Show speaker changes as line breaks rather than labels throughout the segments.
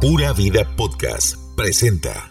Pura Vida Podcast presenta.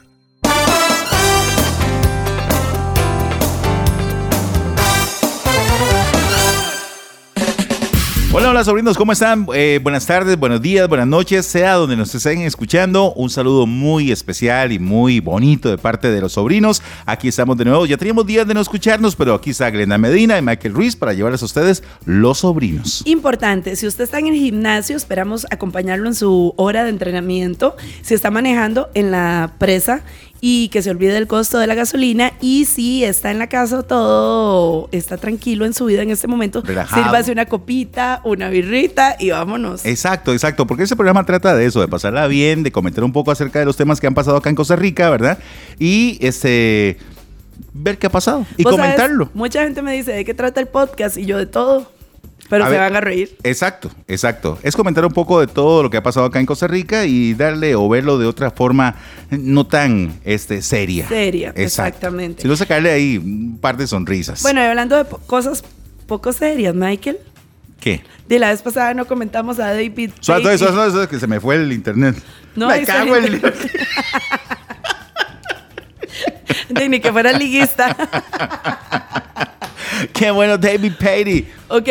Hola, hola sobrinos, ¿cómo están? Eh, buenas tardes, buenos días, buenas noches, sea donde nos estén escuchando. Un saludo muy especial y muy bonito de parte de los sobrinos. Aquí estamos de nuevo, ya teníamos días de no escucharnos, pero aquí está Glenda Medina y Michael Ruiz para llevarles a ustedes los sobrinos.
Importante, si usted está en el gimnasio, esperamos acompañarlo en su hora de entrenamiento. Si está manejando en la presa y que se olvide el costo de la gasolina. Y si está en la casa, todo está tranquilo en su vida en este momento.
Relajado.
Sírvase una copita, una birrita y vámonos.
Exacto, exacto, porque ese programa trata de eso, de pasarla bien, de comentar un poco acerca de los temas que han pasado acá en Costa Rica, ¿verdad? Y este ver qué ha pasado y
Vos sabés,
comentarlo.
mucha gente me dice, ¿de qué trata el podcast? Y yo, de todo. Pero
A
se
ver.
van a reír.
Exacto, exacto. Es comentar un poco de todo lo que ha pasado acá en Costa Rica y darle o verlo de otra forma no tan este, seria.
Seria,
Exacto.
exactamente.
Sino sacarle ahí un par de sonrisas.
Bueno, y hablando de po- cosas poco serias, Michael.
¿Qué?
De la vez pasada no comentamos a David.
Suelto
Beatty.
eso, suelto eso, que se me fue el internet.
No,
me
ahí está el
cago en-
internet. De ni que fuera liguista.
Qué bueno, David Patty.
ok,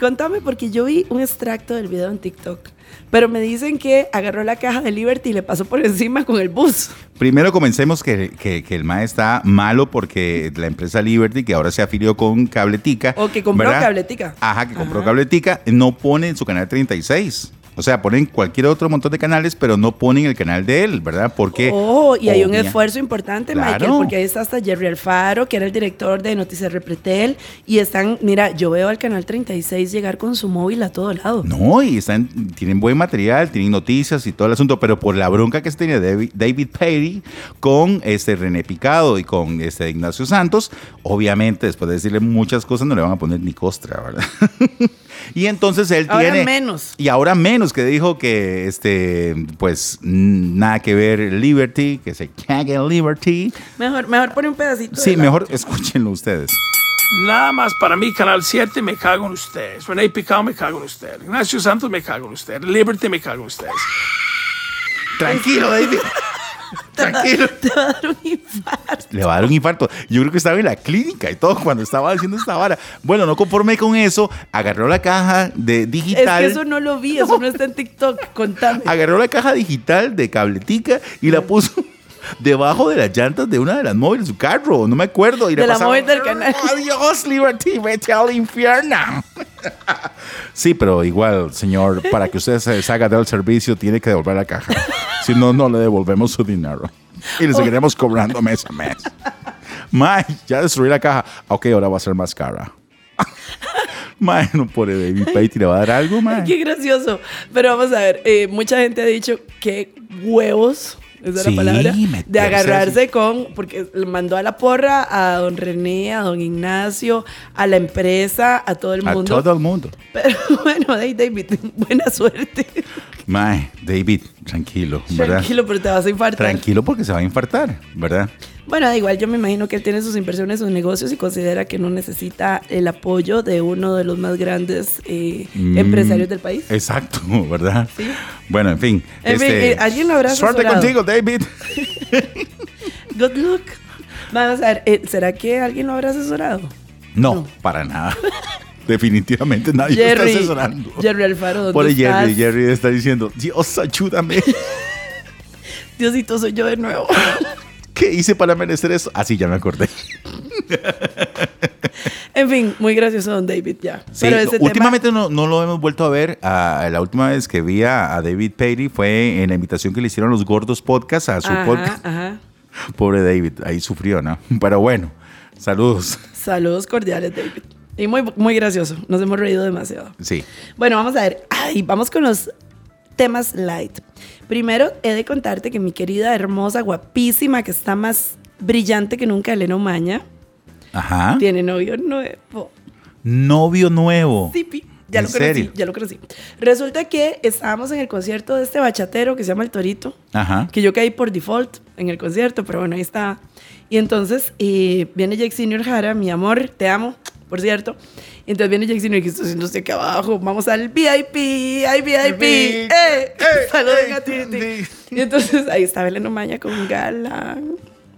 contame porque yo vi un extracto del video en TikTok. Pero me dicen que agarró la caja de Liberty y le pasó por encima con el bus.
Primero comencemos que, que- que el MAE está malo porque la empresa Liberty, que ahora se afilió con Cabletica.
O que compró Cabletica.
Ajá, que compró
Ajá.
Cabletica, no pone en su canal 36. O sea, ponen cualquier otro montón de canales, pero no ponen el canal de él, ¿verdad? Porque.
Oh, y hay un
obvia.
esfuerzo importante, Michael,
Claro.
porque ahí está hasta Jerry Alfaro, que era el director de Noticias Repretel. Y están, mira, yo veo al canal 36 llegar con su móvil a todo lado.
No, y están, tienen buen material, tienen noticias y todo el asunto, pero por la bronca que se tenía David, David Perry con este René Picado y con este Ignacio Santos, obviamente después de decirle muchas cosas no le van a poner ni costra, ¿verdad? y entonces él
Ahora
tiene
menos.
y ahora menos que dijo que este pues n- nada que ver Liberty, que se cague en Liberty.
Mejor, mejor pone un pedacito. de
Sí,
la-
mejor escúchenlo ustedes.
Nada más para mí, Canal 7, me cago en ustedes. René Picado, me cago en ustedes. Ignacio Santos, me cago en ustedes. Liberty, me cago en ustedes.
Tranquilo, David. Tranquilo.
Te va a dar un infarto.
Le va a dar un infarto. Yo creo que estaba en la clínica y todo cuando estaba haciendo esta vara. Bueno, no conforme con eso, agarró la caja de
Es
digital.
que eso no lo vi, eso no está en TikTok. Contame.
Agarró la caja digital de cabletica y la puso debajo de las llantas de una de las móviles de su carro. No me acuerdo. Y le
De la
pasaba-
móvil del canal.
Adiós, Liberty, vete al infierno. Sí, pero igual, señor, para que usted se deshaga del servicio, tiene que devolver la caja. Si no, no le devolvemos su dinero. Y
Oh.
le seguiremos cobrando mes a mes. May, ya destruí la caja. Ok, ahora va a ser más cara. May, no puede, David Patty le va a dar algo, May.
Qué gracioso. Pero vamos a ver, eh, mucha gente ha dicho que huevos, esa es
Sí,
la palabra,
meterse
de agarrarse
así.
con, porque le mandó a la porra a don René, a don Ignacio, a la empresa, a todo el
A
mundo.
todo el mundo.
Pero bueno, Dave David, buena suerte.
Mae, David, tranquilo, ¿verdad? Tranquilo.
Tranquilo, pero te vas a infartar.
porque se va a infartar, ¿verdad?
Bueno, da igual, yo me imagino que él tiene sus inversiones, sus negocios y considera que no necesita el apoyo de uno de los más grandes eh,
Mm.
empresarios del país.
Exacto, ¿verdad?
Sí.
Bueno, en fin. este,
En fin, eh, alguien lo habrá
Suerte
asesorado.
contigo, David.
Good luck. Vamos a ver, eh, ¿será que alguien lo habrá asesorado?
No, para nada. Definitivamente nadie lo está
Jerry,
asesorando.
Jerry Alfaro, ¿dónde
Pobre
estás?
Jerry, Jerry está diciendo, Dios, ayúdame.
Diosito, soy yo de nuevo.
¿Qué hice para merecer eso? Así ya me acordé.
en fin, muy gracioso Don David, ya.
Sí,
Pero ese tema-
últimamente no, no lo hemos vuelto a ver. Ah, la última vez que vi a, a David Patty fue en la invitación que le hicieron los gordos podcast a su
Ajá,
podcast.
ajá.
Pobre David, ahí sufrió, ¿no? Pero bueno, saludos.
Saludos cordiales, David. Y muy, muy gracioso, nos hemos reído demasiado.
Sí.
Bueno, vamos a ver. Ay, vamos con los temas light. Primero, he de contarte que mi querida, hermosa, guapísima, que está más brillante que nunca, Elena Omaña,
Ajá.
tiene novio nuevo.
Novio nuevo.
Zipi. Ya
¿En
lo conocí,
serio?
ya lo conocí. Resulta que estábamos en el concierto de este bachatero que se llama El Torito,
Ajá.
que yo caí por default en el concierto, pero bueno, ahí estaba. Y entonces eh, viene Jake Senior Jara, mi amor, te amo, por cierto. este Y entonces viene Jake Senior y dice, estoy haciendo usted aquí abajo, vamos al VIP, al VIP,
VIP.
eh,
eh,
Salude, saluden
eh,
a Titi.
sí.
Y entonces ahí está Belén Omaña con un galán.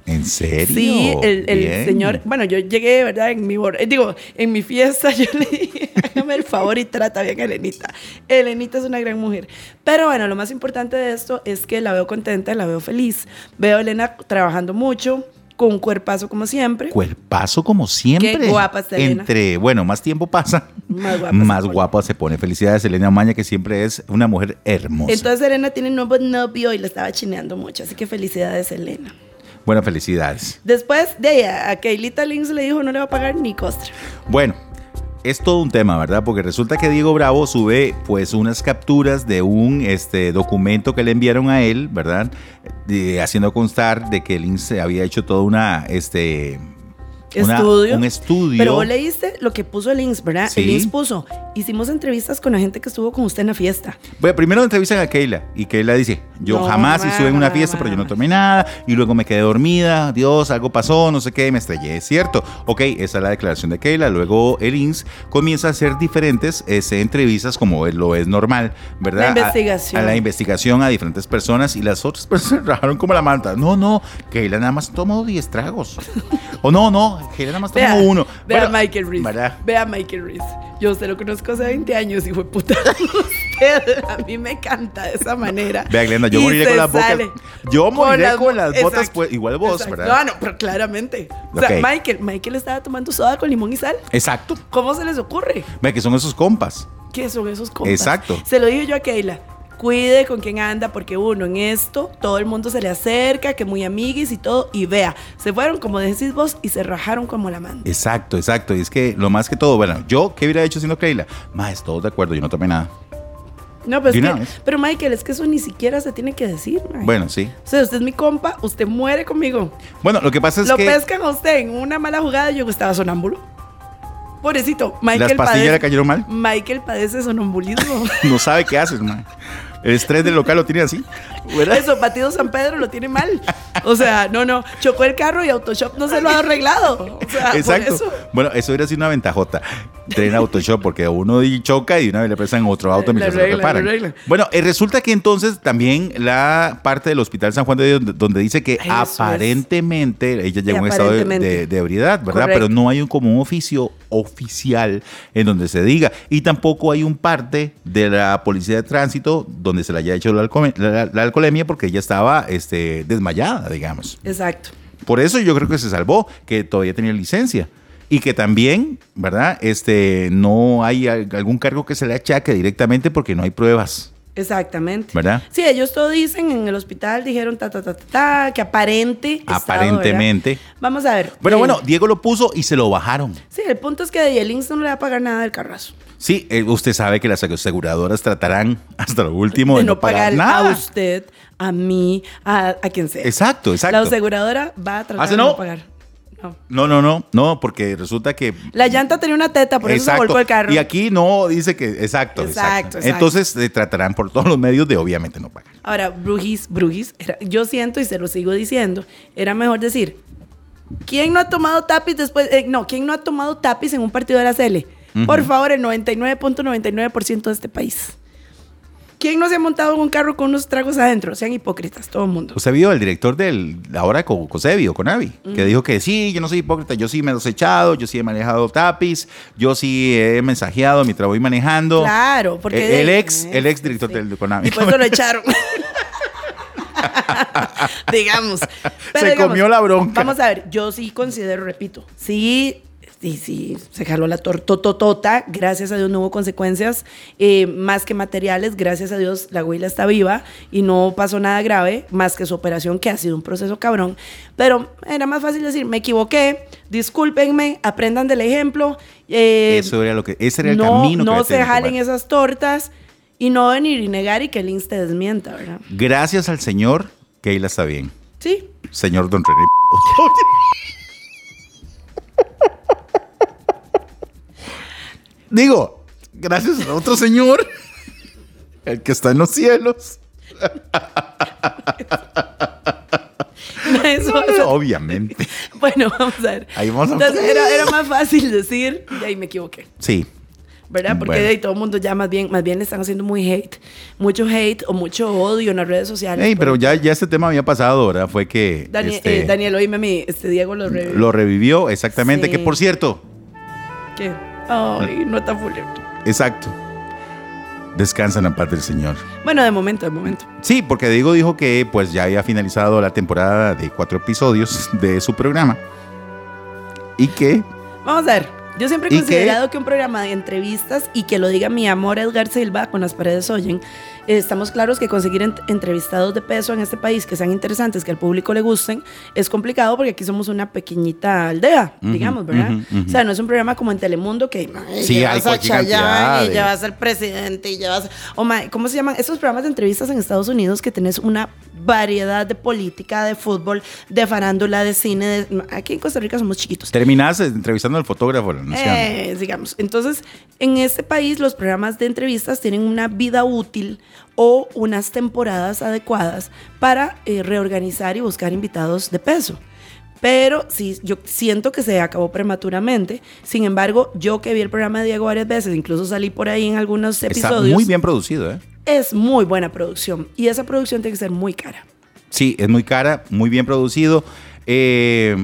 ¿En serio?
Sí, el, el
Bien.
señor. Bueno, yo llegué, ¿verdad? En mi bor- eh, digo, en mi fiesta, yo le dije, hágame el favor y trata bien a Elenita. Elenita es una gran mujer. Pero bueno, lo más importante de esto es que la veo contenta, la veo feliz. Veo a Elena trabajando mucho, con un cuerpazo como siempre.
Cuerpazo como siempre.
Qué guapa está Elena.
Entre, bueno, más tiempo pasa,
Más guapa se
más
pone.
guapa se pone. Felicidades, Elena Maña, que siempre es una mujer hermosa.
Entonces Elena tiene nuevo novio y le estaba chineando mucho, así que felicidades Elena.
bueno, felicidades.
Después de ella, a Keilita Lynx le dijo no le va a pagar ni costra.
Bueno, es todo un tema, ¿verdad? Porque resulta que Diego Bravo sube pues unas capturas de un este, documento que le enviaron a él, ¿verdad? De- haciendo constar de que el INSE había hecho toda una... Este, una-
estudio.
un estudio.
Pero vos leíste lo que puso el Lynx, ¿verdad?
Sí.
El Lynx puso, hicimos entrevistas con la gente que estuvo con usted en la fiesta.
Bueno, primero entrevistan a Keila y Keila dice, yo
No,
jamás
mamá,
estuve en una
mamá,
fiesta, pero yo no
mamá.
tomé nada y luego me quedé dormida, Dios, algo pasó, no sé qué, me estrellé, es cierto. Ok, esa es la declaración de Keila, luego el INS comienza a hacer diferentes este, entrevistas como lo es normal, ¿verdad?
La
A-
investigación.
A, la investigación a diferentes personas y las otras personas rajaron como la manta. No, no, Keila nada más tomó 10 tragos. o no, no, Keila nada más tomó uno.
Vea
Bueno,
a Michael Reese.
¿verdad?
Vea a Michael Reese. Yo a usted lo conozco hace 20 años, hijo de puta. Usted a mí me canta de esa manera.
Vea, Glenda, yo
Y
moriré
se
con las botas-
sale.
yo moriré con las
exacto,
botas, pues, igual vos,
exacto.
¿verdad?
No, no, pero claramente. O sea,
Ok.
Michael, Michael estaba tomando soda con limón y sal.
Exacto.
¿Cómo se les ocurre?
Ve que son esos compas.
¿Qué son esos compas?
Exacto.
Se lo dije yo a Keila. Cuide con quién anda, porque uno, en esto, todo el mundo se le acerca, que muy amiguis y todo, y vea, se fueron como decís vos y se rajaron como la manta.
Exacto, exacto. Y es que lo más que todo, bueno, yo, ¿qué hubiera hecho siendo Keila? Más, todos de acuerdo, yo no tomé nada.
No, pero, es
de una
que-
vez.
pero Michael, es que eso ni siquiera se tiene que decir. mae.
Bueno, sí.
O sea, usted es mi compa, usted muere conmigo.
Bueno, lo que pasa es
lo
que
pescan a usted en una mala jugada, yo estaba sonámbulo. Pobrecito, Michael
las pastillas le
padece,
cayeron mal.
Michael padece sonambulismo.
No sabe qué haces, man. El estrés del local lo tiene así.
Eso, Batido San Pedro lo tiene mal. O sea, no, no. Chocó el carro y Autoshop no se lo ha arreglado. O sea,
Exacto.
por eso.
Bueno, eso hubiera sido una ventajota. Tren Autoshop, porque uno y choca y de una vez le prestan otro auto
Le
mientras se lo
arreglan, le
reparan.
arreglan.
Bueno, eh, resulta que entonces también la parte del Hospital San Juan de Dios, donde- donde dice que
Eso es.
aparentemente ella llegó a un estado de,
aparentemente.
de- de ebriedad, ¿verdad?
Correcto.
Pero no hay un, como un oficio oficial en donde se diga. Y tampoco hay un parte de la policía de tránsito donde se le haya hecho la, alcohol- la- la alcoholemia porque ella estaba este, desmayada, digamos.
Exacto.
Por eso yo creo que se salvó, que todavía tenía licencia. Y que también, ¿verdad? Este, no hay al- algún cargo que se le achaque directamente porque no hay pruebas.
Exactamente.
¿Verdad?
Sí, ellos todo dicen en el hospital, dijeron ta, ta, ta, ta, ta, que aparente. estado,
Aparentemente.
¿verdad? Vamos a ver.
Bueno,
Eh,
bueno, Diego lo puso y se lo bajaron.
Sí, el punto es que de Yelings no le va a pagar nada del carrazo.
Sí, eh, usted sabe que las aseguradoras tratarán hasta lo último
De
de,
no pagar
nada.
a usted, a mí, a, a quien sea.
Exacto,
La
exacto.
aseguradora va a tratar
Hace
de no,
no.
pagar. No.
No, no, no, no, porque resulta que
La llanta tenía una teta, por eso se volcó el carro.
Y aquí no dice que exacto, exacto.
Exacto, exacto.
Entonces le tratarán por todos los medios de obviamente no pagar.
Ahora, Brujis, Brujis, era- yo siento y se lo sigo diciendo, era mejor decir, ¿quién no ha tomado tapiz después? eh, no, ¿quién no ha tomado tapiz en un partido de la Cele? Por favor, el 99.99% de este país. ¿Quién no se ha montado en un carro con unos tragos adentro? Sean hipócritas, todo el mundo.
Usted vio el director del ahora con Cosebi o con Avi, que dijo que sí, yo no soy hipócrita, yo sí me he cosechado, yo sí he manejado tapis, yo sí he mensajeado mi trabajo y manejando. E-,
Claro, porque...
el, el ex,
Eh,
el ex director
sí.
del Conavi.
Y por eso lo echaron. digamos.
Se
digamos,
comió la bronca.
Vamos a ver, yo sí considero, repito, sí, sí, sí, se jaló la tortotota. Gracias a Dios no hubo consecuencias eh, más que materiales. Gracias a Dios la güila está viva y no pasó nada grave más que su operación, que ha sido un proceso cabrón. Pero era más fácil decir, me equivoqué, discúlpenme, aprendan del ejemplo. eh,
Eso era lo que, ese era el
no,
camino que
no
había
se
tenido que
jalen
tomar.
esas tortas y no venir y negar y que el Insta desmienta, ¿verdad?
Gracias al señor, Keila está bien.
Sí.
Señor Don René. Digo, gracias a otro señor, el que está en los cielos.
Eso- eso-
Obviamente.
bueno, vamos a ver.
Ahí vamos a-
Entonces era, era más fácil decir, y ahí me equivoqué.
Sí.
¿verdad? Porque
Bueno.
de ahí todo el mundo ya más bien, más bien le están haciendo muy hate, mucho hate o mucho odio en las redes sociales.
Ey, pero
Por-
ya, ya este tema había pasado, ¿verdad? Fue que
Daniel,
este,
eh, Daniel, oíme a mí, este Diego lo re...
lo revivió, exactamente.
Sí.
Que por cierto,
¿Qué? Ay, no está full.
exacto. Descansa en la paz del Señor.
Bueno, de momento, de momento.
Sí, porque Diego dijo que pues ya había finalizado la temporada de cuatro episodios de su programa. Y que
Vamos a ver. Yo siempre he
¿Y
considerado que un programa de entrevistas y que lo diga mi amor Edgar Silva con las paredes oyen, eh, estamos claros que conseguir ent- entrevistados de peso en este país que sean interesantes, que al público le gusten, es complicado porque aquí somos una pequeñita aldea, digamos, ¿verdad?
ujú, ujú.
O sea, no es un programa como en Telemundo que
Y
Sí,
ya
hay
vas a
cualquier
Chayanne,
cantidad de-
y ya vas al presidente y ya vas.
O mae, ¿cómo se llaman? Estos programas de entrevistas en Estados Unidos que tenés una variedad de política, de fútbol, de farándula, de cine. de- Aquí en Costa Rica somos chiquitos.
terminás entrevistando al fotógrafo. la anunciante.
Eh, digamos. Entonces, en este país los programas de entrevistas tienen una vida útil o unas temporadas adecuadas para eh, reorganizar y buscar invitados de peso. Pero sí, yo siento que se acabó prematuramente. Sin embargo, yo que vi el programa de Diego varias veces, incluso salí por ahí en algunos
Está
episodios.
muy bien producido, ¿eh?
Es muy buena producción y esa producción tiene que ser muy cara.
Sí, es muy cara, muy bien producido. Eh,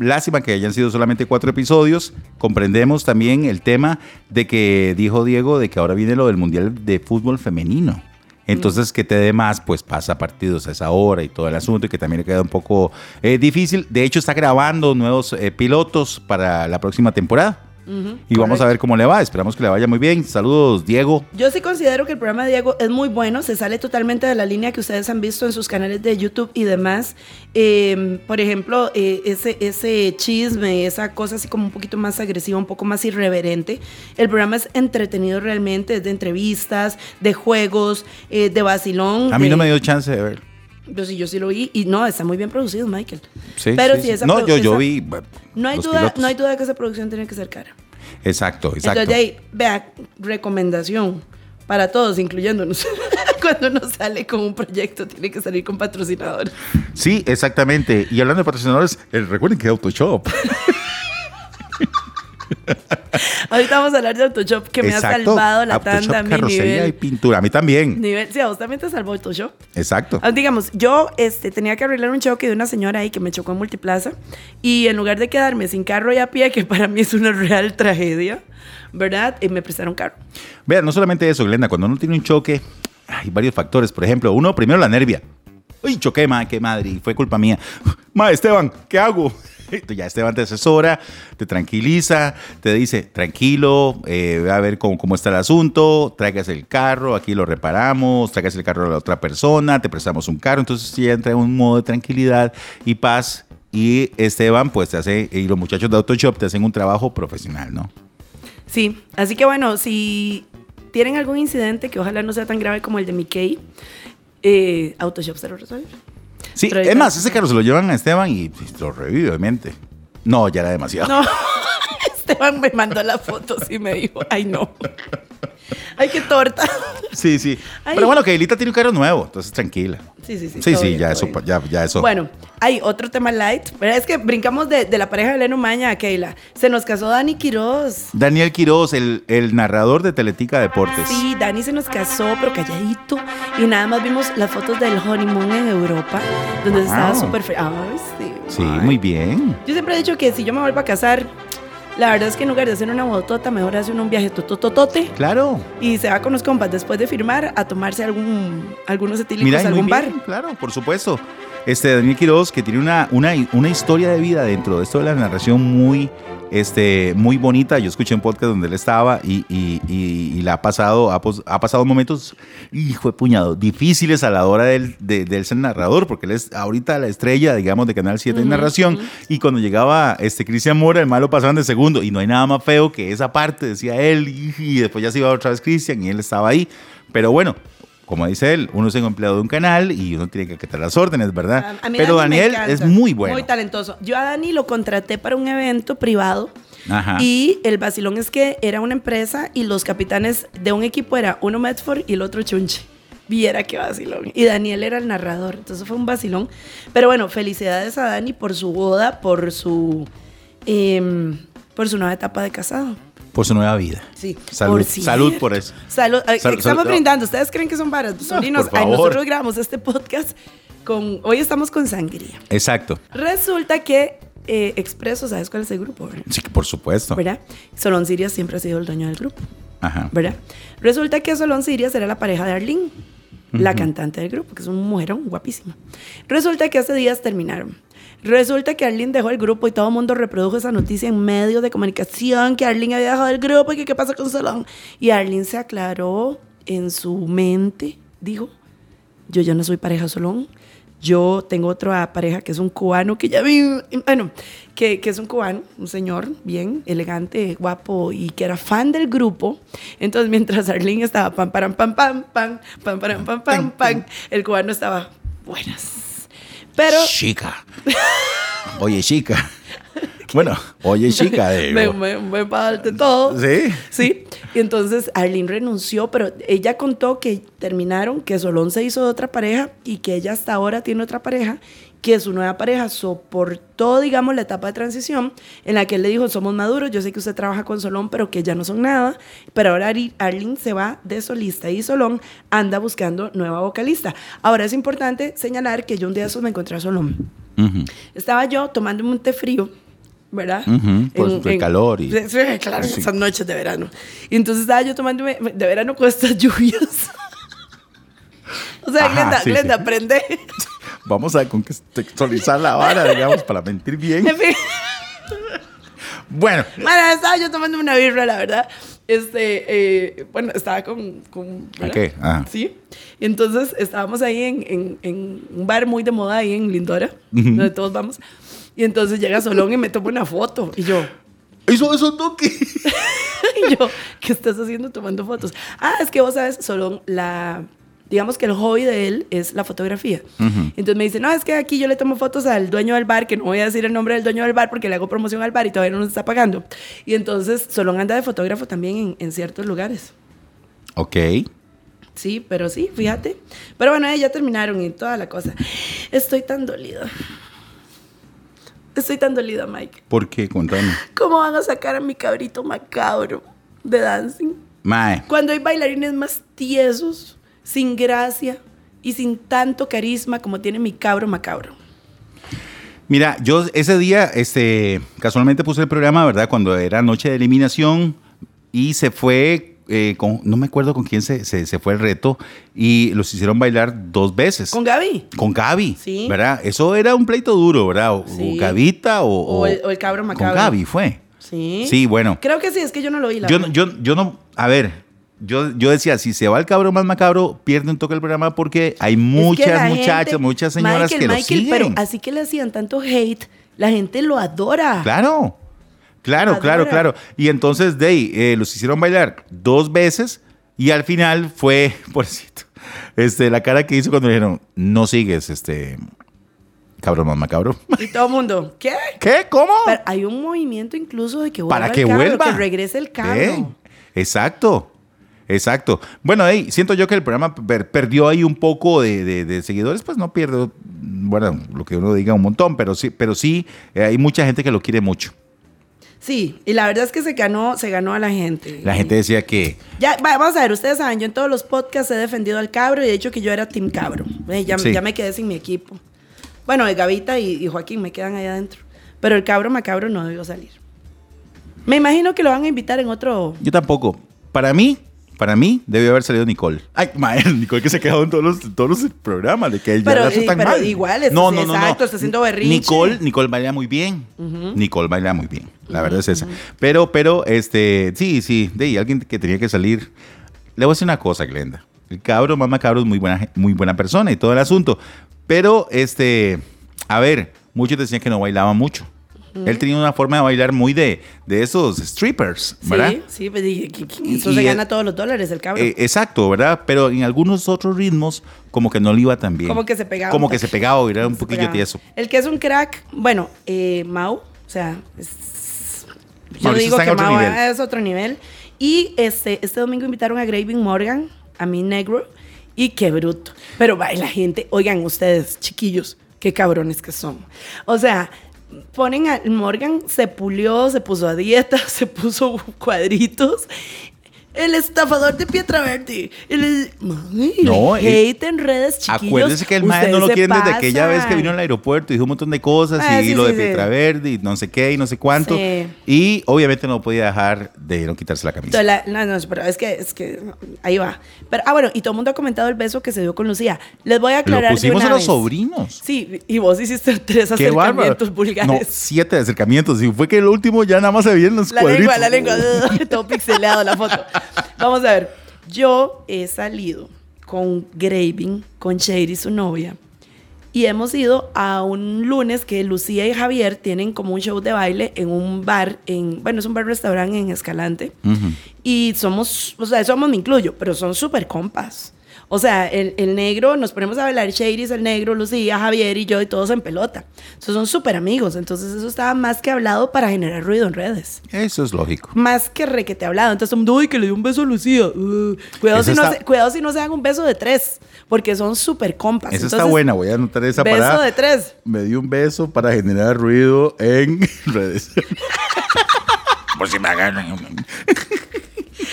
lástima que hayan sido solamente cuatro episodios. Comprendemos también el tema de que dijo Diego de que ahora viene lo del Mundial de Fútbol Femenino. Entonces, que te dé más, pues pasa partidos a esa hora y todo el asunto, y que también le queda un poco eh, difícil. De hecho, está grabando nuevos eh, pilotos para la próxima temporada. y vamos a ver cómo le va. Esperamos que le vaya muy bien. Saludos, Diego.
Yo sí considero que el programa de Diego es muy bueno, se sale totalmente de la línea que ustedes han visto en sus canales de YouTube y demás. Eh, por ejemplo, eh, ese, ese chisme, esa cosa así como un poquito más agresiva, un poco más irreverente. El programa es entretenido realmente, es de entrevistas, de juegos, eh, de vacilón.
A mí no
de-
me dio chance de verlo.
Yo sí, yo sí lo vi y no, está muy bien producido, Michael.
Sí,
Pero
sí,
si
sí.
esa
No,
produ-
yo, yo
esa-
vi. bueno,
No hay,
los
duda,
pilotos.
no hay duda de que esa producción tiene que ser cara.
Exacto, exacto.
Entonces, de ahí, vea, recomendación para todos, incluyéndonos. Cuando uno sale con un proyecto, tiene que salir con patrocinador.
Sí, exactamente. Y hablando de patrocinadores, eh, recuerden que Autoshop.
Ahorita vamos a hablar de Autoshop, que me ha
Exacto.
salvado la
Autoshop,
tanta a mi
carrocería y
nivel.
pintura. A mí también.
nivel. Sí, a vos también te salvó Autoshop.
Exacto.
Ah, Digamos, yo este, tenía que arreglar un choque de una señora ahí que me chocó en Multiplaza y en lugar de quedarme sin carro y a pie, que para mí es una real tragedia, ¿verdad? Eh, me prestaron carro.
Vean, no solamente eso, Glenda, cuando uno tiene un choque, hay varios factores. Por ejemplo, uno, primero la nervia. Uy, choqué, ma, qué madre, y fue culpa mía. Ma, Esteban, ¿qué hago? Entonces, Ya Esteban te asesora, te tranquiliza, te dice, tranquilo, eh, ve a ver cómo, cómo está el asunto, traigas el carro, aquí lo reparamos, traigas el carro a la otra persona, te prestamos un carro. Entonces ya entra en un modo de tranquilidad y paz. Y Esteban, pues te hace, y los muchachos de Autoshop te hacen un trabajo profesional, ¿no?
Sí, así que bueno, si tienen algún incidente que ojalá no sea tan grave como el de Mickey, eh, Autoshop se lo resuelve.
Sí,
Pero
es
ahí
más,
está.
ese carro se lo llevan a Esteban y pues, lo revive, obviamente. No, ya era demasiado.
No, Esteban me mandó las fotos y me dijo, ay no, ay qué torta.
Sí, sí.
Ay.
Pero bueno, que Elita tiene un carro nuevo, entonces tranquila.
Sí, sí, sí.
Sí, sí,
todo bien,
ya,
todo
eso,
bien.
pa- ya, ya eso.
Bueno, hay otro tema light, pero es que brincamos de, de la pareja de Leno Maña a Keila. Se nos casó Dani Quiroz.
Daniel Quiroz, el, el narrador de Teletica Deportes.
Ah, Sí, Dani se nos casó, pero calladito. Y nada más vimos las fotos del honeymoon en Europa, donde estaba
Wow.
súper fe- Ay, sí.
Sí, muy bien.
Yo siempre he dicho que si yo me vuelvo a casar, la verdad es que en lugar de hacer una botota, mejor hace uno un viaje totototote
Claro.
y se va con los compas después de firmar a tomarse algún, algunos etílicos
Mira,
a
y muy
algún bar.
bien, claro, por supuesto. Este Daniel Quiroz, que tiene una, una, una historia de vida dentro de esto de la narración muy, este, muy bonita. Yo escuché un podcast donde él estaba y, y- y- y la ha pasado, ha, pos- ha pasado momentos, hijo de puñado, difíciles a la hora del, de, del ser narrador, porque él es ahorita la estrella, digamos, de Canal 7 en narración. Y cuando llegaba este Cristian Mora, el malo pasaban de segundo. Y no hay nada más feo que esa parte, decía él. Y, y después ya se iba otra vez Cristian y él estaba ahí. Pero bueno, como dice él, uno es un empleado de un canal y uno tiene que acatar las órdenes, ¿verdad?
A- a mí
Pero
Dani me
Daniel
encanta,
es muy bueno.
Muy talentoso. Yo a Dani lo contraté para un evento privado.
Ajá.
Y el vacilón es que era una empresa y los capitanes de un equipo era uno Medford y el otro Chunche. Viera qué vacilón. Y Daniel era el narrador. Entonces fue un vacilón. Pero bueno, felicidades a Dani por su boda, por su. em, por su nueva etapa de casado.
por su nueva vida.
Sí.
Salud por,
cierto.
salud por eso.
Salud. Ay,
Sal-
eh, estamos
salud-
brindando. ¿Ustedes creen que son varas? Pues Sobrinos,
por
ay,
favor.
nosotros grabamos este podcast con. Hoy estamos con sangría.
Exacto.
Resulta que eh, Expreso, ¿sabes cuál es el grupo? verdad?
Sí, que por supuesto.
¿Verdad? Solón Sirias siempre ha sido el dueño del grupo.
Ajá.
¿Verdad? Resulta que Solón Sirias era la pareja de Arlene, la cantante del grupo, que es un mujerón guapísima. Resulta que hace días terminaron. Resulta que Arlene dejó el grupo y todo el mundo reprodujo esa noticia en medios de comunicación, que Arlene había dejado el grupo y que qué pasa con Solón. Y Arlene se aclaró en su mente, dijo, yo ya no soy pareja Solón. Yo tengo otra pareja que es un cubano que ya vi, bueno, que, que es un cubano, un señor bien elegante, guapo y que era fan del grupo. Entonces, mientras Arlene estaba pam, param, pam, pam, pam, pam, param, pam, pam, pam, el cubano estaba buenas. Pero
Chica. Oye, chica. Bueno, oye, chica.
me,
digo.
me, me parte todo.
Sí.
Sí. Y entonces Arlene renunció, pero ella contó que terminaron, que Solón se hizo de otra pareja y que ella hasta ahora tiene otra pareja, que su nueva pareja soportó, digamos, la etapa de transición en la que él le dijo, somos maduros, yo sé que usted trabaja con Solón, pero que ya no son nada. Pero ahora Ari- Arlene se va de solista y Solón anda buscando nueva vocalista. Ahora es importante señalar que yo un día de esos me encontré a Solón.
Ujú.
Estaba yo tomándome un té frío, ¿verdad?
Ujú, por el calor y-
Sí, sí, claro, esas noches de verano. Y entonces estaba yo tomándome de verano con estas lluvias. o sea,
Ajá,
Glenda,
sí,
Glenda,
sí.
aprende.
Vamos a contextualizar la vara, digamos, para mentir bien.
en fin.
Bueno,
Bueno, estaba yo tomando una birra, la verdad. Este, eh, bueno, estaba con... con ¿verdad?
Ok, ajá.
Sí. Y entonces estábamos ahí en, en- en un bar muy de moda ahí en Lindora, donde todos vamos. Y entonces llega Solón y me toma una foto. Y yo,
hizo eso toque.
Y yo, ¿qué estás haciendo tomando fotos? Ah, es que vos sabes, Solón, la. Digamos que el hobby de él es la fotografía. Entonces me dice, no, es que aquí yo le tomo fotos al dueño del bar, que no voy a decir el nombre del dueño del bar porque le hago promoción al bar y todavía no nos está pagando. Y entonces Solón anda de fotógrafo también en, en ciertos lugares.
Ok.
Sí, pero sí, fíjate. Pero bueno, eh, ya terminaron y toda la cosa. Estoy tan dolida. Estoy tan dolida, Mike.
¿Por qué? Contame.
¿Cómo van a sacar a mi cabrito macabro de dancing?
Mae.
Cuando hay bailarines más tiesos, sin gracia y sin tanto carisma como tiene mi cabro macabro.
Mira, yo ese día, este, casualmente puse el programa, ¿verdad? Cuando era noche de eliminación y se fue, eh, con, no me acuerdo con quién se, se- se fue el reto y los hicieron bailar dos veces.
Con Gaby.
Con Gaby,
Sí.
¿verdad? Eso era un pleito duro, ¿verdad? O,
Sí.
o Gavita o,
O el- o el cabro macabro.
Con Gaby fue.
Sí.
Sí, bueno.
Creo que sí, es que yo no lo vi. La
Yo, no-
verdad.
yo, yo no, a ver, yo, yo decía, si se va el cabro más macabro, pierde un toque el programa porque hay
Es que
muchas
la
muchachas,
gente-
muchas señoras
Michael,
que lo
Michael,
siguen.
Pero así que le hacían tanto hate, la gente lo adora.
Claro, claro,
Adora.
claro, claro. Y entonces, de ahí, eh, los hicieron bailar dos veces y al final fue, pobrecito, este, la cara que hizo cuando le dijeron, no sigues, este, cabrón más macabro.
Y todo el mundo, ¿qué?
¿Qué? ¿Cómo?
Pero hay un movimiento incluso de que vuelva
Para
el
que
cabro,
vuelva.
que regrese el cabro.
Ve, Exacto. Exacto. Bueno, ahí siento yo que el programa per- perdió ahí un poco de, de- de seguidores, pues no pierdo, bueno, lo que uno diga un montón, pero sí, pero sí eh, hay mucha gente que lo quiere mucho.
Sí, y la verdad es que se ganó, se ganó a la gente.
La gente decía que
Ya, va- vamos a ver, ustedes saben, yo en todos los podcasts he defendido al cabro y he dicho que yo era Team Cabro. Eh, ya,
Sí.
ya me quedé sin mi equipo. Bueno, de Gavita y, y Joaquín me quedan ahí adentro. Pero el cabro macabro no debió salir. Me imagino que lo van a invitar en otro.
Yo tampoco. Para mí, para mí, debió haber salido Nicole. Ay, madre, Nicole que se ha quedado en todos los, todos los programas de que
Pero,
ya la hace
eh,
tan
pero
mal.
igual, es- es- exacto, está haciendo berrinche.
Nicole, Nicole baila muy bien. Nicole baila muy bien. La verdad es esa. Pero, pero, este, sí, sí, de ahí alguien que tenía que salir. Le voy a decir una cosa, Glenda. El cabro, mamá cabro, es muy buena, gen- muy buena persona y todo el asunto. Pero, este, a ver, muchos decían que no bailaba mucho. Él tenía una forma de bailar muy de, de esos strippers, ¿verdad?
Sí, sí, pues dije, "¿Qué- qué-
Y-
eso
y
se
el-
gana todos los dólares, el cabro.
Eh, exacto, ¿verdad? Pero en algunos otros ritmos como que no le iba tan bien.
Como que se pegaba
Como
un
que
toque.
se pegaba o era un
Se
poquillo
pegaba.
tieso.
El que es un crack, bueno, eh, Mau, o sea, es- yo
Mauricio
digo
está en
que
otro
Mau
nivel.
es otro nivel. Y este, este domingo invitaron a Graving Morgan, a mi negro, y qué bruto. Pero va, y la gente, oigan ustedes, chiquillos, qué cabrones que son. O sea, ponen a Morgan, se pulió, se puso a dieta, se puso cuadritos. El estafador de Pietraverdi. El, Mami,
No,
el
y-
hate en redes chiquillos.
Acuérdense que el maestro no lo
ustedes se
quieren desde aquella vez que vino
pasan.
al aeropuerto, dijo un montón de cosas
Ah,
y
sí,
lo
sí,
de
sí.
Pietraverdi y no sé qué y no sé cuánto.
Sí.
Y obviamente no podía dejar de no quitarse la camisa.
Entonces, la- no, no, pero es que, es que ahí va. Pero, ah, bueno, y todo el mundo ha comentado el beso que se dio con Lucía. Les voy a
Lo
aclarar. de
pusimos
una
a los
vez.
sobrinos.
Sí, y vos hiciste tres
Qué bárbaro.
acercamientos
No,
vulgares.
siete acercamientos. Y fue que el último ya nada más se veían los
La
cuadritos.
lengua, la lengua, todo pixelado la foto. Vamos a ver. Yo he salido con Graving, con Shady, su novia, y hemos ido a un lunes que Lucía y Javier tienen como un show de baile en un bar, en, bueno, es un bar-restaurante en Escalante, y somos, o sea, somos, me incluyo, pero son súper compas. O sea, el, el negro, nos ponemos a bailar Shadys, el negro, Lucía, Javier y yo, y todos en pelota. Entonces son súper amigos. Entonces eso estaba más que hablado para generar ruido en redes
Eso es lógico.
más que requete hablado. Entonces, todo el mundo, ay, que le dio un beso a Lucía. Uh, cuidado,
Eso
si no
está-
se, cuidado si no se dan un beso de tres, porque son súper compas.
Esa está
Pues Entonces,
buena, voy a anotar esa
beso
parada.
de tres.
Me dio un beso para generar ruido en redes. Por Pues si me agarran.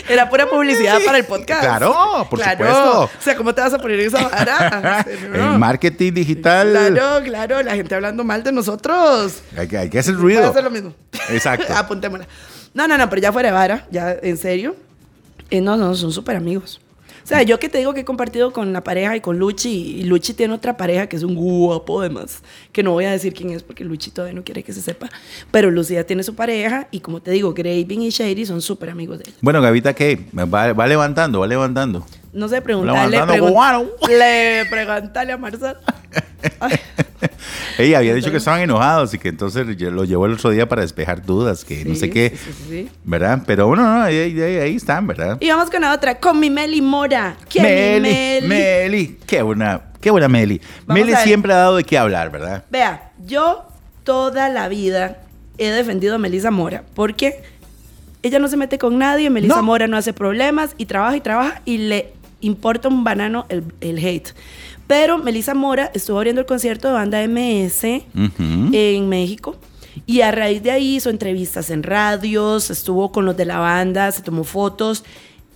Era pura publicidad para el podcast.
Claro, por
Claro.
supuesto.
O sea, ¿cómo te vas a poner esa vara?
El marketing digital.
Ah, Claro, claro, la gente hablando mal de nosotros.
Hay, que, hay que hacer
Voy a
ruido.
hacer lo mismo.
Exacto.
Apuntémosla. No, no, no, pero ya fuera de vara, ya en serio. Eh, no, no, son súper amigos. O sea, yo que te digo que he compartido con la pareja y con Luchi, y Luchi tiene otra pareja que es un guapo además, que no voy a decir quién es porque Luchi todavía no quiere que se sepa, pero Lucía tiene su pareja y como te digo, Graving y Shady son súper amigos de ella.
Bueno, Gavita, ¿qué? Va, va levantando, va levantando.
No sé, preguntarle,
Levantando guaro.
le preguntarle a Marcel. Ay,
Ella había dicho que estaban enojados y que entonces lle- lo llevó el otro día para despejar dudas, que no
sí,
sé qué,
sí, sí, sí.
¿verdad? Pero bueno, no, ahí, ahí- ahí están, ¿verdad?
Y vamos con la otra, con mi Meli Mora. ¿Quién es
Meli, Meli, qué buena, qué buena Meli.
Vamos
Meli
a ver.
siempre ha dado de qué hablar, ¿verdad?
Vea, yo toda la vida he defendido a Melissa Mora porque ella no se mete con nadie, Melissa
No.
Mora no hace problemas y trabaja y trabaja y le importa un banano el, el hate. Pero Melissa Mora estuvo abriendo el concierto de banda MS
Ujú.
en México. Y a raíz de ahí hizo entrevistas en radios, estuvo con los de la banda, se tomó fotos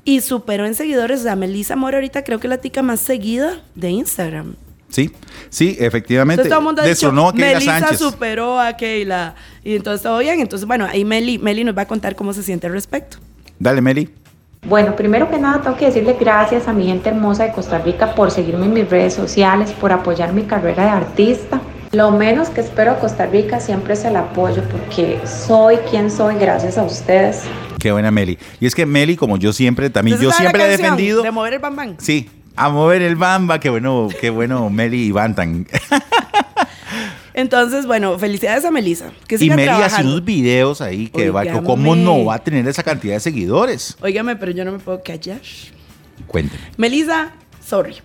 y superó en seguidores. O sea, Melissa Mora ahorita creo que es la tica más seguida de Instagram.
Sí, sí, efectivamente.
Entonces todo el mundo ha dicho,
Destronó a Keila
Melissa
Sánchez.
superó a Keila. Y entonces todo bien. Entonces, bueno, ahí Meli, Meli nos va a contar cómo se siente al respecto.
Dale, Meli.
Bueno, primero que nada tengo que decirle gracias a mi gente hermosa de Costa Rica por seguirme en mis redes sociales, por apoyar mi carrera de artista. Lo menos que espero a Costa Rica siempre es el apoyo porque soy quien soy gracias a ustedes.
Qué buena Meli. Y es que Meli, como yo siempre, también,
Entonces,
yo
¿sabe
siempre
la
la he
canción
defendido.
De mover el bam bam.
Sí, a mover el bamba, qué bueno, qué bueno Meli y Bantan.
Entonces, bueno, felicidades a Melissa. Que
Y
siga
Meli hace
trabajando.
unos videos ahí que va,
Oigámame.
¿cómo no va a tener esa cantidad de seguidores?
Óigame, pero yo no me puedo callar.
Cuénteme.
Melissa, sorry.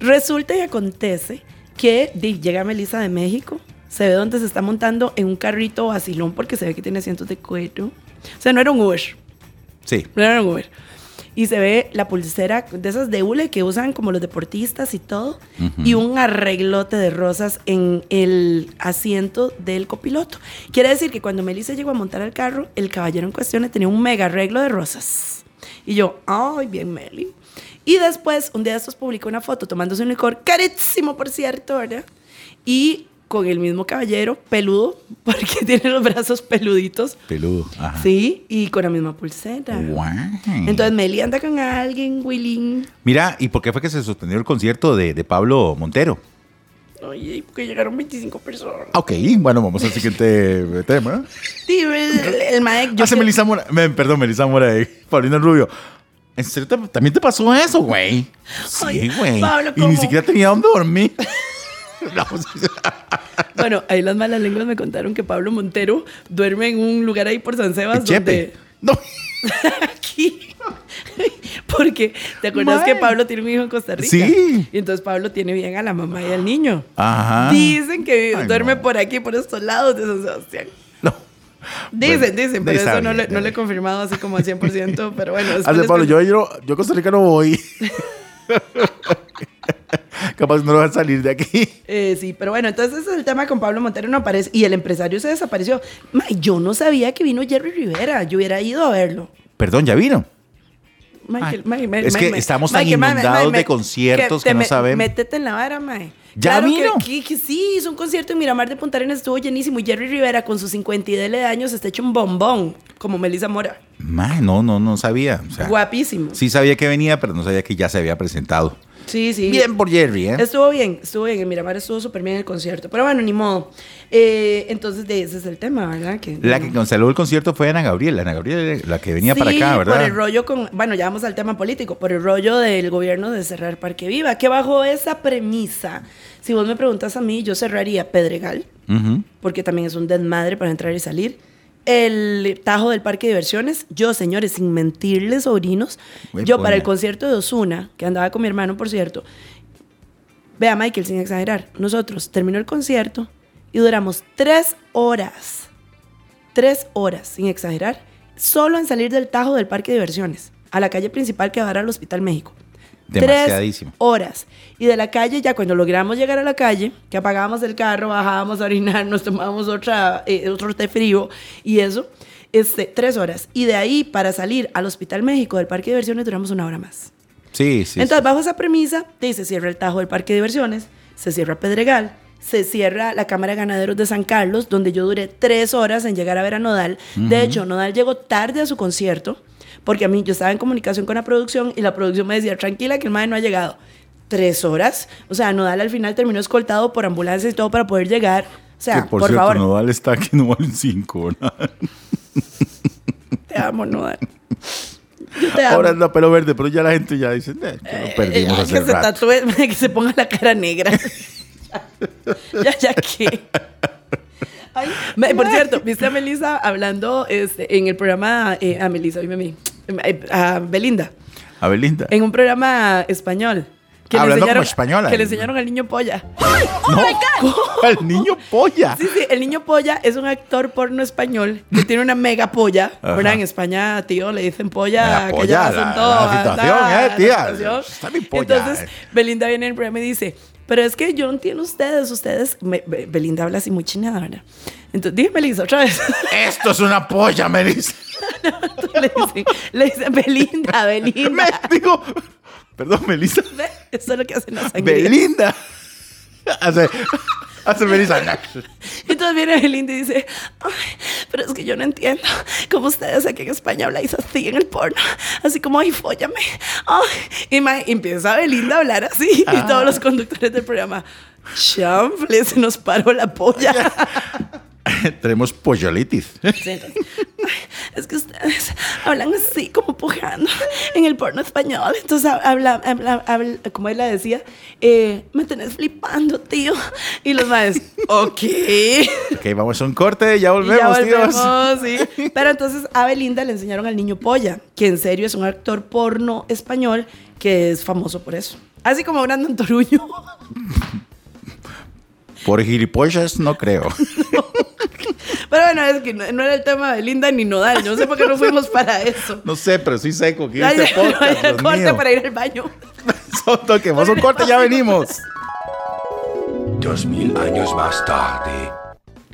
Resulta y acontece que di, llega Melissa de México, se ve donde se está montando en un carrito vacilón porque se ve que tiene asientos de cuero. O sea, no era un Uber.
Sí.
No era un Uber. Y se ve la pulsera de esas de hule que usan como los deportistas y todo. Y un arreglote de rosas en el asiento del copiloto. Quiere decir que cuando Melissa llegó a montar el carro, el caballero en cuestión le tenía un mega arreglo de rosas. Y yo, ay, bien Meli. Y después, un día de estos publicó una foto tomándose un licor carísimo, por cierto, ¿verdad? Y con el mismo caballero, peludo, porque tiene los brazos peluditos.
Peludo. Ajá.
Sí, y con la misma pulsera.
Guay.
Entonces Meli anda con alguien, Willing.
Mira, ¿y por qué fue que se suspendió el concierto de, de Pablo Montero?
Oye, porque llegaron 25 personas.
Ok, bueno, vamos al siguiente tema.
Sí, el, el mae- yo
Hace
que-
Melissa Mora. me- Perdón, Melissa Mora de Paulina Rubio. ¿En serio te- también te pasó eso, güey? Sí,
Ay,
güey.
Pablo,
Y ni
¿cómo?
siquiera tenía dónde dormir. No, pues, o sea,
Bueno, ahí las malas lenguas me contaron que Pablo Montero duerme en un lugar ahí por San Sebas
Chepe.
donde...
No.
Aquí. Porque, ¿te acuerdas
Mae.
que Pablo tiene un hijo en Costa Rica?
Sí.
Y entonces Pablo tiene bien a la mamá y al niño.
Ajá.
Dicen que
Ay,
duerme
no.
por aquí, por estos lados de San Sebastián.
No.
Dicen,
Bueno,
dicen,
ahí
pero
está
eso no,
bien,
le,
ya
no le
bien.
he confirmado así como al 100%, pero bueno. después
Hace
les
Pablo,
cuento.
yo, yo, yo a Costa Rica no voy.
Capaz no van a salir de aquí.
Eh, sí, pero bueno, entonces ese es el tema con Pablo Montero no aparece y el empresario se desapareció. Ma, yo no sabía que vino Jerry Rivera, yo hubiera ido a verlo.
Perdón, ya vino.
Ma, que- ma, ma,
es
ma,
que
ma,
estamos
ma,
tan
que, ma, ma,
inundados
ma,
de conciertos que
te
no
me-
sabemos.
Métete en la vara, mae.
Ya
claro que-
vino.
Que, que sí, hizo un concierto en Miramar de Punta Arenas, estuvo llenísimo. Y Jerry Rivera, con sus 52 de años, está hecho un bombón, como Melissa Mora.
Ma, no, no, no sabía. O sea,
Guapísimo.
sí sabía que venía, pero no sabía que ya se había presentado.
sí. sí.
Bien por Jerry, ¿eh?
Estuvo bien, estuvo bien. En Miramar estuvo súper bien el concierto. Pero bueno, ni modo. Eh, entonces, de ese es el tema, ¿verdad? Que,
La que canceló el concierto fue Ana Gabriela. Ana Gabriela, la que venía
Sí,
para acá, ¿verdad?
Por el rollo con. Bueno, ya vamos al tema político. Por el rollo del gobierno de cerrar Parque Viva. Que bajo esa premisa, si vos me preguntas a mí, yo cerraría Pedregal,
Ujú.
porque también es un desmadre para entrar y salir. El Tajo del Parque de Diversiones. Yo, señores, sin mentirles, sobrinos.
Güey,
yo,
polla.
para el concierto de Osuna, que andaba con mi hermano, por cierto. Vea, Michael, sin exagerar. Nosotros terminó el concierto y duramos tres horas. Tres horas, sin exagerar. Solo en salir del Tajo del Parque de Diversiones a la calle principal que va al Hospital México.
Demasiadísimo.
Tres horas. Y de la calle, ya cuando logramos llegar a la calle, que apagábamos el carro, bajábamos a orinar, nos tomábamos otra, eh, otro té frío y eso, este, tres horas. Y de ahí, para salir al Hospital México del Parque de Diversiones, duramos una hora más.
Sí, sí.
Entonces, bajo esa premisa, te dice, cierra el Tajo del Parque de Diversiones, se cierra Pedregal, se cierra la Cámara de Ganaderos de San Carlos, donde yo duré tres horas en llegar a ver a Nodal. De hecho, Nodal llegó tarde a su concierto, porque a mí yo estaba en comunicación con la producción y la producción me decía, tranquila, que el madre no ha llegado. Tres horas. O sea, Nodal al final terminó escoltado por ambulancias y todo para poder llegar. O sea,
Que,
por,
cierto,
favor,
Nodal está aquí no vale un 5.
te amo, Nodal. Yo te amo.
Ahora anda pelo verde, pero ya la gente ya dice, "Eh, ya lo perdimos
Eh,
hace
que se
rato".
tatúe, que se ponga la cara negra. ya, ya que. Me- por cierto, viste a Melissa hablando este, en el programa eh, a Melissa, oíme a mí, eh, a Belinda,
A Belinda.
en un programa español. Que
Hablando
le enseñaron,
como española.
Que le enseñaron al niño polla.
Al niño polla.
Sí, sí, el niño polla es un actor porno español que tiene una mega polla. ¿verdad? En España, tío, le dicen polla.
Mega
que
polla,
ya
la-
hacen todo,
la situación, eh, tía. Está mi polla,
Entonces,
eh.
Belinda viene en el programa y dice, pero es que yo no entiendo ustedes, ustedes... me- Be- Belinda habla así muy chinada, ¿verdad? Entonces, dime, Lisa, otra vez.
Esto es una polla, me dice.
Entonces, le, dicen, le dicen, Belinda,
Me
Belinda.
digo, perdón, Melissa.
Ve, Eso es lo que hacen las sangrías.
Belinda. Hace, hace Melissa.
Entonces viene Belinda y dice, "Ay, pero es que yo no entiendo cómo ustedes aquí en España habláis así en el porno, así como, ay, fóllame. Ay". Y ma- empieza Belinda a hablar así y todos los conductores del programa, chanfle, se nos paró la polla.
Tenemos pollolitis.
Es que ustedes hablan así como pujando en el porno español. Entonces hab- habla, habla, habla- como él la decía, eh, me tenés flipando, tío. Y los maes, ok.
Ok, vamos a un corte, ya
Y ya
volvemos, tíos.
volvemos, sí. Pero entonces a Belinda le enseñaron al niño polla, que en serio es un actor porno español que es famoso por eso. Así como Brandon Toruño.
Por gilipollas no creo.
Pero bueno, es que no, no era el tema de Belinda ni Nodal. Yo no sé por qué no fuimos para eso.
No sé, pero sí seco que
Ya
este
llegó
podcast,
el
Dios
corte
mío.
para ir al baño.
Son toques, vamos a un corte, ya venimos.
Dos mil años más tarde.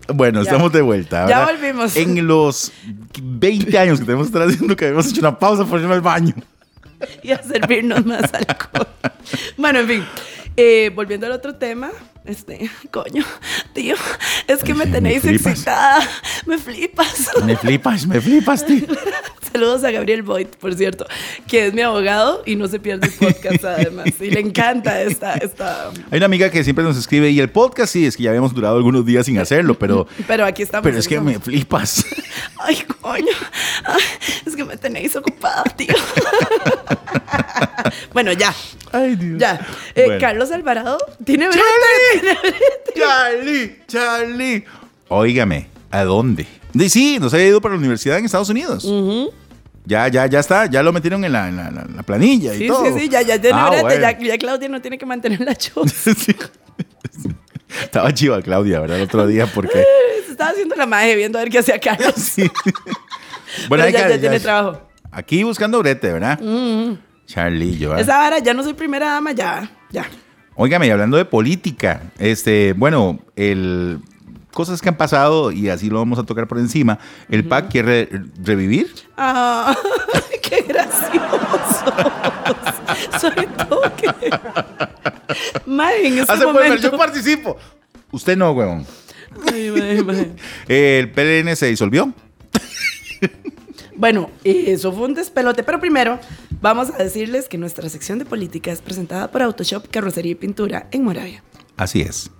Bueno,
Ya.
estamos de vuelta.
Ya
¿verdad?
volvimos.
En los 20 años que tenemos estar haciendo que habíamos hecho una pausa por irme al baño.
y a servirnos más alcohol. Bueno, en fin. eh, volviendo al otro tema, este, coño, tío, es que me
Me
tenéis
flipas.
excitada, me flipas.
Me flipas, me flipas, tío.
Saludos a Gabriel Boyd, por cierto, que es mi abogado y no se pierde el podcast además. Y le encanta esta... esta...
Hay una amiga que siempre nos escribe y el podcast sí, es que ya habíamos durado algunos días sin hacerlo, pero,
Pero aquí estamos.
pero es que
estamos.
me flipas.
Ay, coño. Ay, es que me tenéis ocupada, tío. bueno, ya,
Ay, Dios.
ya. Eh,
Bueno.
Carlos Alvarado tiene... brete, tiene brete.
Charlie, Charlie. Óigame, ¿a dónde? De- sí, nos había ido para la universidad en Estados Unidos. Ya, ya, ya está, ya lo metieron en la, en la- la- la planilla y
Sí,
todo.
sí, sí, ya, ya tiene
Ah,
brete,
bueno.
ya, ya Claudia no tiene que mantener la show.
Sí. Estaba chiva Claudia, ¿verdad? El otro día porque...
Se estaba haciendo la magia viendo a ver qué hacía Carlos.
Sí.
Pero
hay
ya-
que-
ya tiene trabajo. Mm.
Aquí buscando brete, ¿verdad? Charlillo. ¿eh?
Esa vara, ya no soy primera dama, ya, ya.
Óigame, y hablando de política, este, bueno, el cosas que han pasado y así lo vamos a tocar por encima. El PAC quiere revivir.
Ah, qué graciosos. Soy toque. Mae, en este
Hace poco
momento.
yo participo. Usted no, weón.
Ay, mae, mae.
El PLN se disolvió.
Bueno, eso fue un despelote, pero primero vamos a decirles que nuestra sección de política es presentada por Autoshop Carrocería y Pintura en Moravia.
Así es.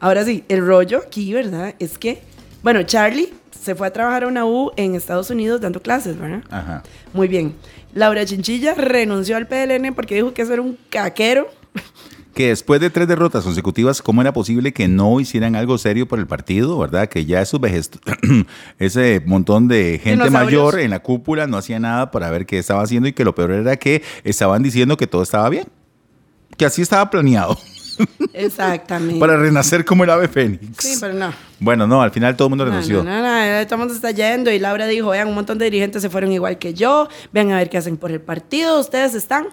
Ahora sí, el rollo aquí, ¿verdad? Es que, bueno, Charlie se fue a trabajar a una U en Estados Unidos dando clases, ¿verdad?
Ajá.
Muy bien. Laura Chinchilla renunció al PLN porque dijo que eso era un caquero.
Que después de tres derrotas consecutivas, ¿cómo era posible que no hicieran algo serio por el partido, verdad? Que ya esos vejest- ese montón de gente
Dinosaurios.
mayor en la cúpula no hacía nada para ver qué estaba haciendo y que lo peor era que estaban diciendo que todo estaba bien. Que así estaba planeado
Exactamente.
para renacer como el ave fénix.
sí, pero no.
Bueno, no, al final todo el mundo
No,
renunció.
no, no, no, todo el mundo se está yendo y Laura dijo, vean, un montón de dirigentes se fueron igual que yo, vean a ver qué hacen por el partido, ustedes están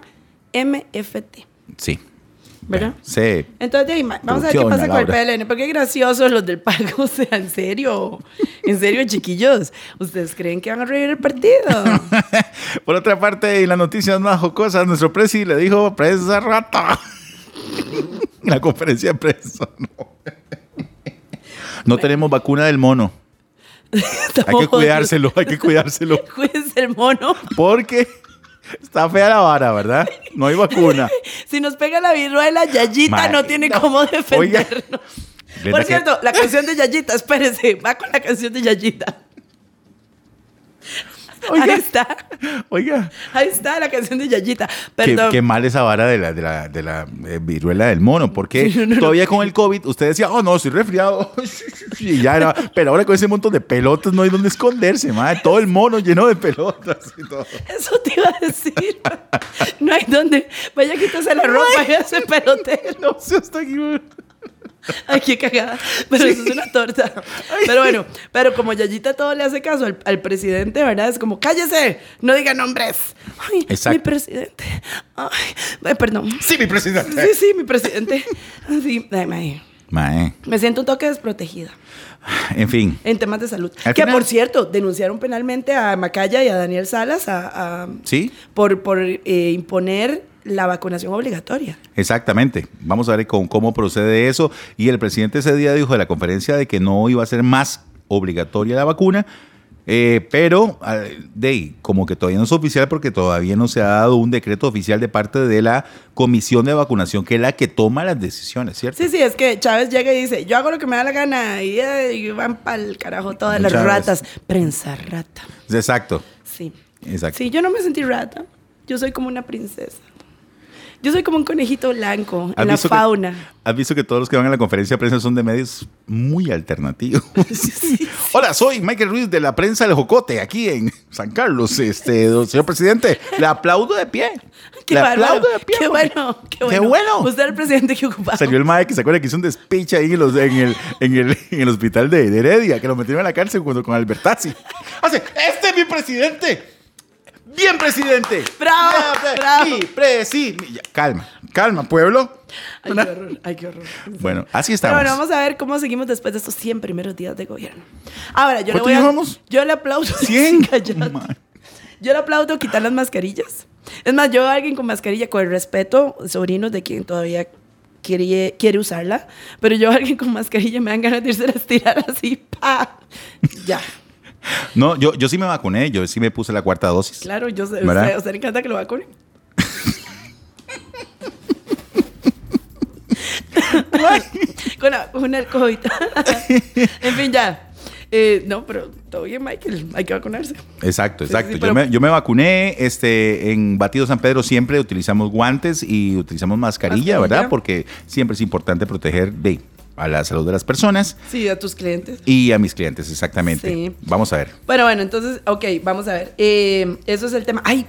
MFT,
Sí.
¿verdad?
Sí.
Entonces, de ahí, ma- vamos a ver qué
Producción,
pasa con el
Laura.
PLN, porque graciosos los del pago, o sea, en serio, en serio, chiquillos, ¿ustedes creen que van a reír el partido?
Por otra parte, en las noticias más jocosas, nuestro presi le dijo presa rata. en la conferencia de prensa. No, No tenemos vacuna del mono. Hay que cuidárselo, hay que cuidárselo.
Cuídense el mono.
Porque está fea la vara, ¿verdad? No hay vacuna.
Si nos pega la viruela, Yayita
Madre,
no tiene cómo defendernos.
Neta
Por
que-
cierto, la canción de Yayita, espérese, va con la canción de Yayita. Ahí está,
Oiga,
ahí está la canción de Yayita.
qué,
Perdón.
qué mal esa vara de la, de la, de la eh, viruela del mono. Porque todavía con el COVID usted decía, oh no, estoy resfriado. y ya era. Pero ahora con ese montón de pelotas no hay dónde esconderse, madre. Todo el mono lleno de pelotas y todo.
Eso te iba a decir. No hay donde. Vaya, quítese la ropa y ese pelotero.
No sé hasta aquí. güey.
Ay, qué cagada. Pero eso es una torta. Pero bueno, pero como Yayita todo le hace caso al, al presidente, ¿verdad? Es como, cállese, no diga nombres. Ay, mi
Exacto.
presidente. Ay, ay, perdón.
Sí, mi presidente.
Sí, sí, mi presidente. Sí, ay, mae.
Mae.
Me siento un toque desprotegida
En fin.
en temas de salud.
Al
que
final-
por cierto, denunciaron penalmente a Macaya y a Daniel Salas a- a-
Sí,
por, por eh, imponer la vacunación obligatoria.
exactamente. Vamos a ver con cómo procede eso. Y el presidente ese día dijo en la conferencia de que no iba a ser más obligatoria la vacuna. eh, pero, Day, como que todavía no es oficial porque todavía no se ha dado un decreto oficial de parte de la Comisión de Vacunación, que es la que toma las decisiones, ¿cierto?
Sí, sí, es que Chávez llega y dice, yo hago lo que me da la gana y, eh, y van para el carajo todas las
Chávez.
ratas. Prensa rata.
Exacto,
Sí.
exacto.
Sí, yo no me sentí rata. Yo soy como una princesa. Yo soy como un conejito blanco en la
visto que-
fauna.
has visto que todos los que van a la conferencia de prensa son de medios muy alternativos. Hola, soy Michael Ruiz de la prensa El Jocote, aquí en San Carlos. Este, don- señor presidente, le aplaudo de pie.
Qué
le
bárbaro.
aplaudo de pie.
Qué
porque-
bueno, qué
Qué
bueno.
bueno.
Usted era el presidente que ocupaba.
Salió el mae que se acuerda que hizo un despiche ahí en, los- en el, en el- en el hospital de, de Heredia, que lo metieron en la cárcel cuando, con Albertazzi. Hace, este es mi presidente. Bien, presidente.
Bravo,
Bien,
bravo.
sí, presi- Ya, Calma, calma, pueblo.
Ay, qué horror, ay, qué horror.
Bueno, así
Pero
estamos.
bueno, vamos a ver cómo seguimos después de estos 100 primeros días de gobierno. Ahora, yo le
¿Cuánto
voy a-
llevamos?
Yo le aplaudo.
100.
Cállate.
Ma-
Yo le aplaudo quitar las mascarillas. Es más, yo veo a alguien con mascarilla, con el respeto, sobrinos de quien todavía quiere, quiere usarla, pero yo veo a alguien con mascarilla me dan ganas de irse a estirar así, pa. Ya.
No, yo, yo sí me vacuné, yo sí me puse la cuarta dosis.
Claro, yo sé,
¿Verdad?
usted, usted le encanta que lo vacunen. con, la- con el COVID. en fin, ya. Eh, no, pero todo bien, Michael. Hay que vacunarse.
Exacto,
Sí,
exacto.
sí,
yo,
pero-
me, yo me vacuné este, en Batido San Pedro, siempre utilizamos guantes y utilizamos mascarilla,
Mascarilla.
¿verdad? Porque siempre es importante proteger de, a la salud de las personas
Sí, a tus clientes.
y a mis clientes, exactamente.
Sí.
Vamos a ver.
Bueno, bueno, entonces, ok, vamos a ver. Eh, eso es el tema. Ay,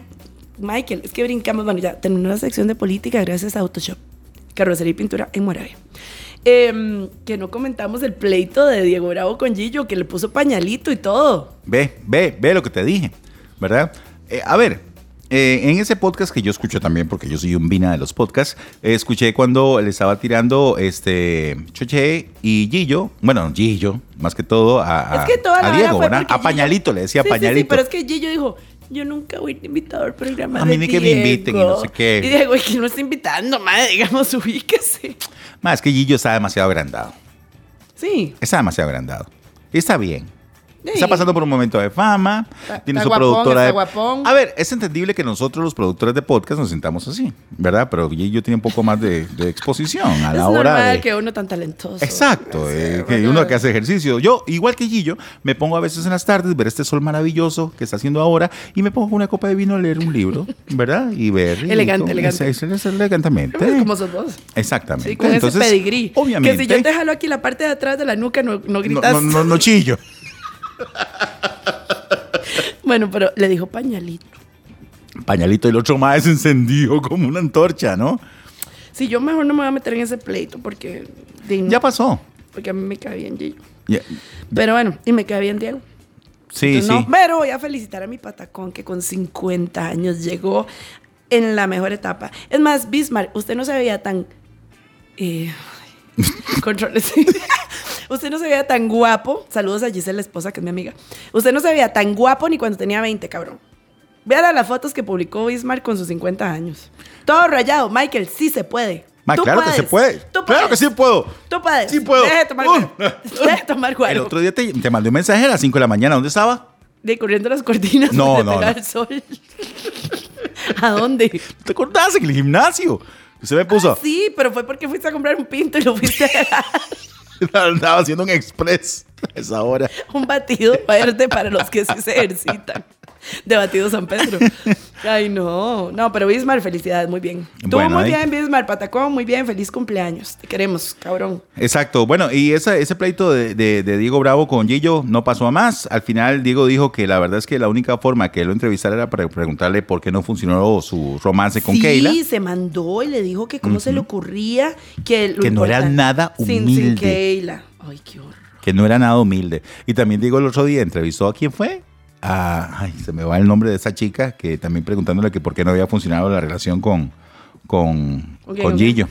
Michael, es que brincamos. Bueno, ya terminó la sección de política gracias a Autoshop, carrocería y pintura en Moravia. Em, que no comentamos el pleito de Diego Bravo con Gillo, que le puso pañalito y todo.
Ve, ve, ve lo que te dije, ¿verdad? Eh, a ver, eh, en ese podcast que yo escucho también, porque yo soy un vina de los podcasts, eh, escuché cuando le estaba tirando este Choche y Gillo, bueno, Gillo, más que todo a, a-
Es que toda la
a
hora
Diego,
fue
¿verdad?
porque
a
Gillo-
Pañalito, le decía
Sí, sí,
Pañalito.
Sí, pero es que Gillo dijo, yo nunca voy de invitado al programa
A
de
mí ni que me
Diego".
inviten y no sé qué.
Y Diego, que no está invitando, madre, digamos, ubíquese.
Más que Gillo está demasiado agrandado.
Sí.
Está demasiado agrandado. Y está bien. Está
Sí.
pasando por un momento de fama. tiene
está
su
guapón,
productora.
está
de-
guapón.
A ver, es entendible que nosotros, los productores de podcast, nos sintamos así, ¿verdad? Pero yo tiene un poco más de, de exposición a
Es
la hora
normal
de.
que uno tan talentoso.
Exacto, eh, que uno que hace ejercicio. Yo, igual que Gillo, me pongo a veces en las tardes ver este sol maravilloso que está haciendo ahora y me pongo con una copa de vino a leer un libro, ¿verdad? Y ver. y
Elegante,
con-
elegante.
es- es- es elegantemente.
Como sos vos.
Exactamente.
Sí, con
Entonces,
ese pedigrí.
Obviamente.
Que si yo te jalo aquí la parte de atrás de la nuca, no, no
no,
gritas.
no- no- no chillo.
Bueno, pero le dijo pañalito.
Pañalito, el otro más encendido como una antorcha, ¿no?
Si yo mejor no me voy a meter en ese pleito porque, di, no,
Ya pasó.
porque a mí me cae bien Gillo.
Ya-
Pero bueno, y me cae bien Diego.
Sí,
Entonces,
sí.
no, pero voy a felicitar a mi patacón que con 50 años llegó en la mejor etapa. Es más, Bismarck, usted no se veía tan. eh, controles. usted no se veía tan guapo. Saludos a Giselle, la esposa, que es mi amiga. Usted no se veía tan guapo ni cuando tenía 20, cabrón. Vean a las fotos que publicó Bismarck con sus 50 años. Todo rayado. Michael, sí se puede.
Ma,
Tú
claro
puedes.
que se puede.
Tú
Claro que
puedes.
sí puedo.
Tú puedes.
Sí puedo.
Deja de tomar
Uh.
guaro. Deja de tomar guaro.
El otro día te, te mandé un mensaje a las 5 de la mañana. ¿Dónde estaba?
De corriendo las cortinas
No,
no,
no,
pegar
no.
el sol. ¿A dónde?
¿Te acordás en el gimnasio? Se me puso.
Ah, Sí, pero fue porque fuiste a comprar un pinto y lo fuiste a dejar
Andaba haciendo un express a esa hora.
un batido verde para los que sí se ejercitan. De batido San Pedro. Ay, no. No, pero Bismarck, felicidades, muy bien. Tú
Bueno,
muy
ahí.
bien, Bismarck, Patacón, muy bien, feliz cumpleaños. Te queremos, cabrón.
Exacto. Bueno, y esa- ese pleito de, de- de Diego Bravo con Gillo no pasó a más. Al final, Diego dijo que la verdad es que la única forma que él lo entrevistara era para preguntarle por qué no funcionó su romance con
sí,
Keila.
se mandó y le dijo que cómo se le ocurría que, lo
Que no era
importante-
nada
sin- Sin,
humilde.
Keila. Ay, qué horror.
que no era nada humilde. Y también digo el otro día, entrevistó a quién fue. A- ay, se me va el nombre de esa chica que también preguntándole que por qué no había funcionado la relación con con,
Ok,
con
ok.
Gillo.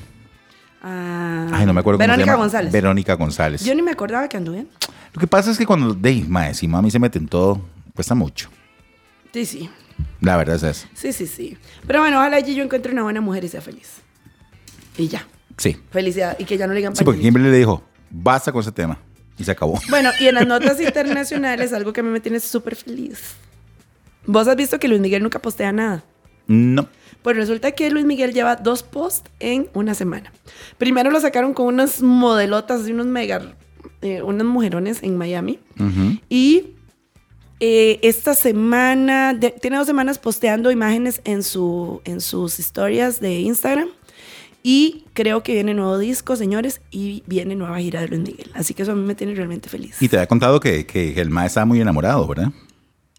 Ah,
Ay, no me acuerdo cómo se
Verónica
llama.
González.
Verónica González.
Yo ni me acordaba que anduve.
Lo que pasa es que cuando de mae, si mami se mete en todo, cuesta mucho.
Sí, sí.
La verdad es esa.
Sí, sí, sí. Pero bueno, ojalá allí yo encuentre una buena mujer y sea feliz. Y ya.
Sí.
Felicidad. Y que ya no le digan
Sí, porque
pañalito.
Kimberly le dijo, basta con ese tema. Y se acabó.
Bueno, y en las notas internacionales, algo que a mí me tiene súper feliz. Vos has visto que Luis Miguel nunca postea nada.
No.
Pues resulta que Luis Miguel lleva dos posts en una semana. Primero lo sacaron con unas modelotas de unos mega, eh, unos mujerones en Miami. Y eh, esta semana, de- tiene dos semanas posteando imágenes en, su, en sus historias de Instagram. Y creo que viene nuevo disco, señores, y viene nueva gira de Luis Miguel. Así que eso a mí me tiene realmente feliz.
Y te había contado que, que el mae estaba muy enamorado, ¿verdad?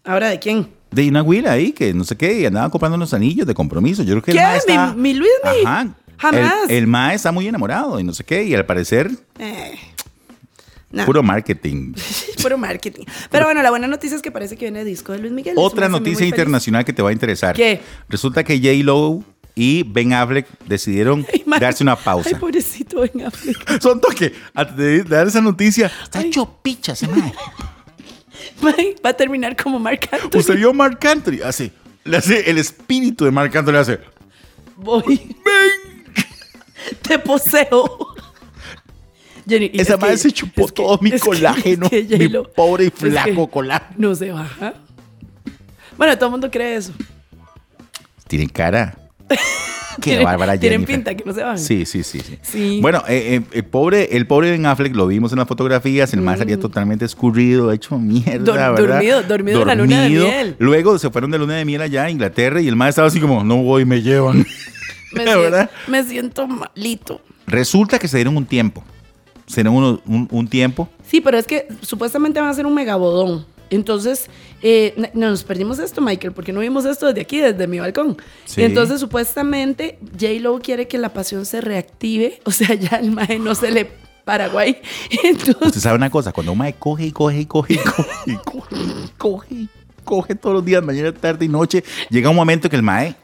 ¿Ahora de quién?
De una güila ahí que no sé qué, y andaba comprando unos anillos de compromiso. Yo creo que
¿Qué?
el mae está-
¿Mi- mi Luismi?
Ajá.
Jamás.
El, el mae está muy enamorado y no sé qué, y al parecer,
Eh, nah,
puro marketing.
puro marketing. Pero bueno, la buena noticia es que parece que viene el disco de Luis Miguel. Eso me
Otra
hace a mí
noticia
muy feliz.
internacional que te va a interesar.
¿Qué?
Resulta que J. Lo y Ben Affleck decidieron
Ay, madre.
darse una pausa.
Ay, pobrecito Ben Affleck.
Son toque. Antes de dar esa noticia, está hecho picha ese mae.
Ay, Va a terminar como Marc Anthony.
Usted vio Mark Anthony, así. Le hace el espíritu de Mark Anthony, le hace. Pues,
Voy. Te poseo. Jenny, y
Esa
es que-
madre se chupó
es que-
todo mi
es que-
colágeno,
es que
mi
J-Lo-
pobre y
es que
flaco colágeno.
No se baja. Bueno, todo el mundo cree eso.
Tiene cara. Qué
Tienen-
bárbara
Tienen
Jennifer.
pinta que no se bajan.
Sí, sí, sí, sí.
Sí.
Bueno, eh, eh, el pobre, el pobre Ben Affleck lo vimos en las fotografías, el más salía totalmente escurrido, hecho mierda,
Mm. Dor-
¿verdad?
dormido, dormido en la luna de
Dormido.
miel.
Luego se fueron de luna de miel allá a Inglaterra y el más estaba así como, no voy, me llevan.
Me,
La
sien-
verdad.
me siento malito.
Resulta que se dieron un tiempo. Se dieron uno- un, un tiempo.
Sí, pero es que supuestamente van a ser un megabodón. Entonces, eh, n- nos perdimos esto, Michael, porque no vimos esto desde aquí, desde mi balcón.
Sí.
Y entonces, supuestamente, J-Lo quiere que la pasión se reactive. O sea, ya el mae no se le Paraguay. Entonces,
Usted sabe una cosa, cuando un mae coge y coge y coge y coge y coge y coge y coge todos los días, mañana, tarde y noche. Llega un momento que el mae,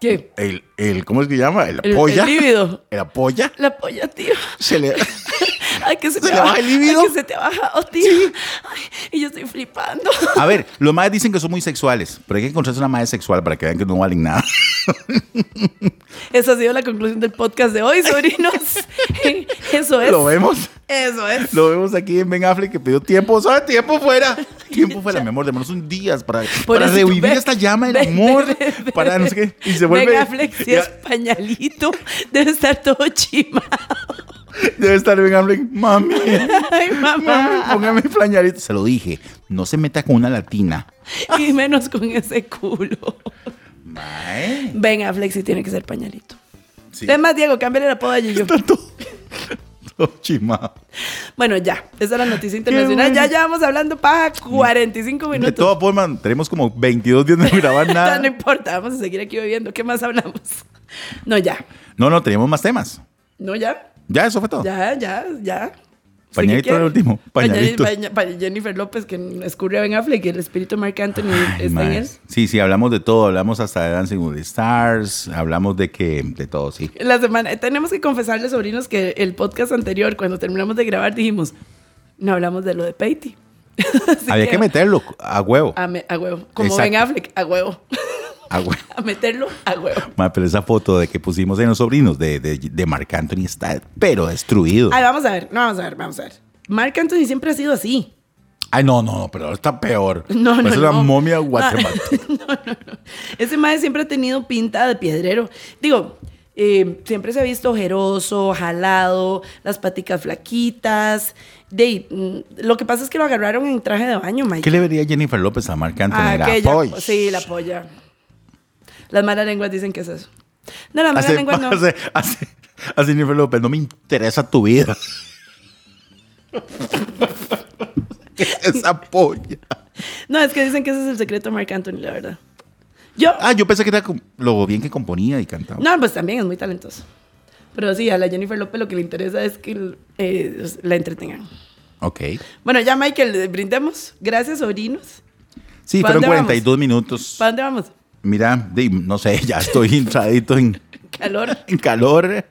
¿Qué?
el, el ¿cómo es que llama? El
El,
apoya.
el líbido.
el apoya.
La polla, tío.
Se le.
Ay, que se,
¿Se
me
le
baja
baja el líbido?
Ay, que se te ha bajado, tío. Ay, y yo estoy flipando.
A ver, los maes dicen que son muy sexuales, pero hay que encontrarse una mae sexual para que vean que no valen nada.
Esa ha sido la conclusión del podcast de hoy, sobrinos. Eso es.
Lo vemos.
Eso es.
Lo vemos aquí en Ben Affleck que pidió tiempo, ¿sabes? Tiempo fuera. Tiempo fuera, mi amor, démonos un días para, para
eso,
revivir
ve-
esta llama del
ve-
amor.
ve- ve-
para no sé qué. Y se
Ben
vuelve.
Affleck, si
Ya-
es pañalito, debe estar todo chima.
Debe estar Ben Affleck. Mami,
Ay,
mami,
mamá.
póngame el plañarito. Se lo dije, no se meta con una latina.
Y menos con ese culo.
Mae.
Ben Affleck sí tiene que ser pañalito.
Sí.
Además, Diego, cámbiale el apodo a Gillo.
Está todo, todo chimado.
Bueno, ya. Esa es la noticia internacional. Ya llevamos hablando paja 45
De
minutos.
todo, Pullman, tenemos como 22 días de no grabar
Ya
nada.
no importa. Vamos a seguir aquí bebiendo. ¿Qué más hablamos? No, ya.
No, no, tenemos más temas.
No, ya.
Ya, eso fue todo.
Ya, ya, ya. ¿Usted
Pañalito
qué quiere?
era el último, pañalito.
Pañal- paña- para Jennifer López, que escurre a Ben Affleck, y el espíritu de Mark Anthony
Ay,
está en
mae.
él.
Sí, sí, hablamos de todo. Hablamos hasta de Dancing with the Stars. Hablamos de que. De todo, sí.
La semana, tenemos que confesarles, sobrinos, que el podcast anterior, cuando terminamos de grabar, dijimos, no hablamos de lo de Peiti. Así
Había que meterlo a huevo.
A, me- a huevo. Como
Exacto.
Ben Affleck, a huevo.
A huevo.
a meterlo a huevo.
Mae, pero esa foto de que pusimos en los sobrinos de, de, de Marc Anthony está pero destruido.
Ay, vamos a ver, no, vamos a ver, vamos a ver. Mark Anthony siempre ha sido así.
Ay, no, no, no, pero ahora está peor.
No, no,
Parece una
no. Ah,
momia
No.
guatemalteca.
Ese mae siempre ha tenido pinta de piedrero. Digo, eh, siempre se ha visto ojeroso, jalado, las paticas flaquitas. De, mm, lo que pasa es que lo agarraron en traje de baño, Mike.
¿Qué le vería Jennifer López a Marc Anthony? Era
Aquella-
apoy.
Ah, Sí, la polla. Las malas lenguas dicen que es eso. No, las malas
Hace-
lenguas no.
hace- hace- a Jennifer López, no me interesa tu vida. ¿Qué es esa polla?
No, es que dicen que ese es el secreto de Marc Anthony, la verdad. Yo.
Ah, yo pensé que era com- lo bien que componía y cantaba.
No, pues también es muy talentoso. Pero sí, a la Jennifer López lo que le interesa es que eh, la entretengan.
Ok.
Bueno, ya Michael, brindemos. Gracias, sobrinos.
Sí,
¿Pa
fueron
dónde vamos?
42 minutos.
¿Para dónde vamos?
Mira, di- no sé, ya estoy entradito en,
Calor.
en calor.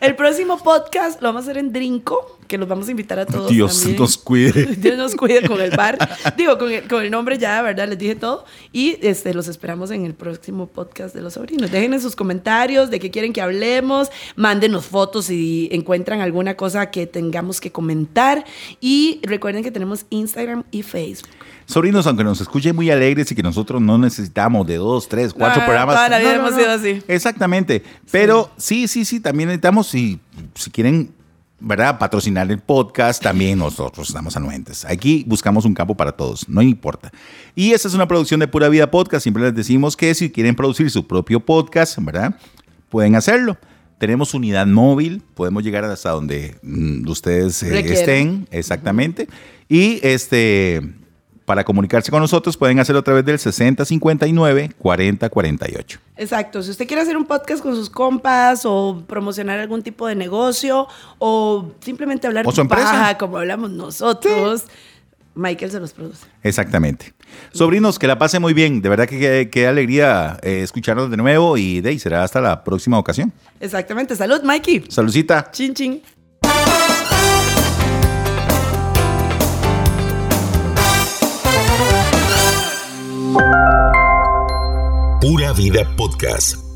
El próximo podcast lo vamos a hacer en Drinco, que los vamos a invitar a todos.
Dios
también.
nos cuide.
Dios nos cuide con el bar. Digo, con el, con el nombre ya, ¿verdad? Les dije todo. Y este, los esperamos en el próximo podcast de los sobrinos. Dejen en sus comentarios de qué quieren que hablemos. Mándenos fotos si encuentran alguna cosa que tengamos que comentar. Y recuerden que tenemos Instagram y Facebook.
Sobrinos, aunque nos escuchen muy alegres y que nosotros no necesitamos de dos, tres, cuatro
No,
programas.
Ah, toda la vida hemos sido así.
Exactamente. Pero sí, sí, sí, también necesitamos, si, si quieren, ¿verdad? Patrocinar el podcast, también nosotros estamos anuentes. Aquí buscamos un campo para todos, no importa. Y esta es una producción de Pura Vida Podcast. Siempre les decimos que si quieren producir su propio podcast, ¿verdad? Pueden hacerlo. Tenemos unidad móvil, podemos llegar hasta donde mm, ustedes eh,
Requieran.
estén, exactamente. Y este, para comunicarse con nosotros pueden hacerlo a través del 6059 4048.
Exacto, si usted quiere hacer un podcast con sus compas o promocionar algún tipo de negocio o simplemente hablar
O su empresa.
paja como hablamos nosotros, Michael se los produce.
Exactamente. Sobrinos, que la pasen muy bien. De verdad que qué, qué alegría eh, escucharnos de nuevo y de ahí será hasta la próxima ocasión.
Exactamente, salud Mikey.
Salucita.
Chin chin.
Pura Vida Podcast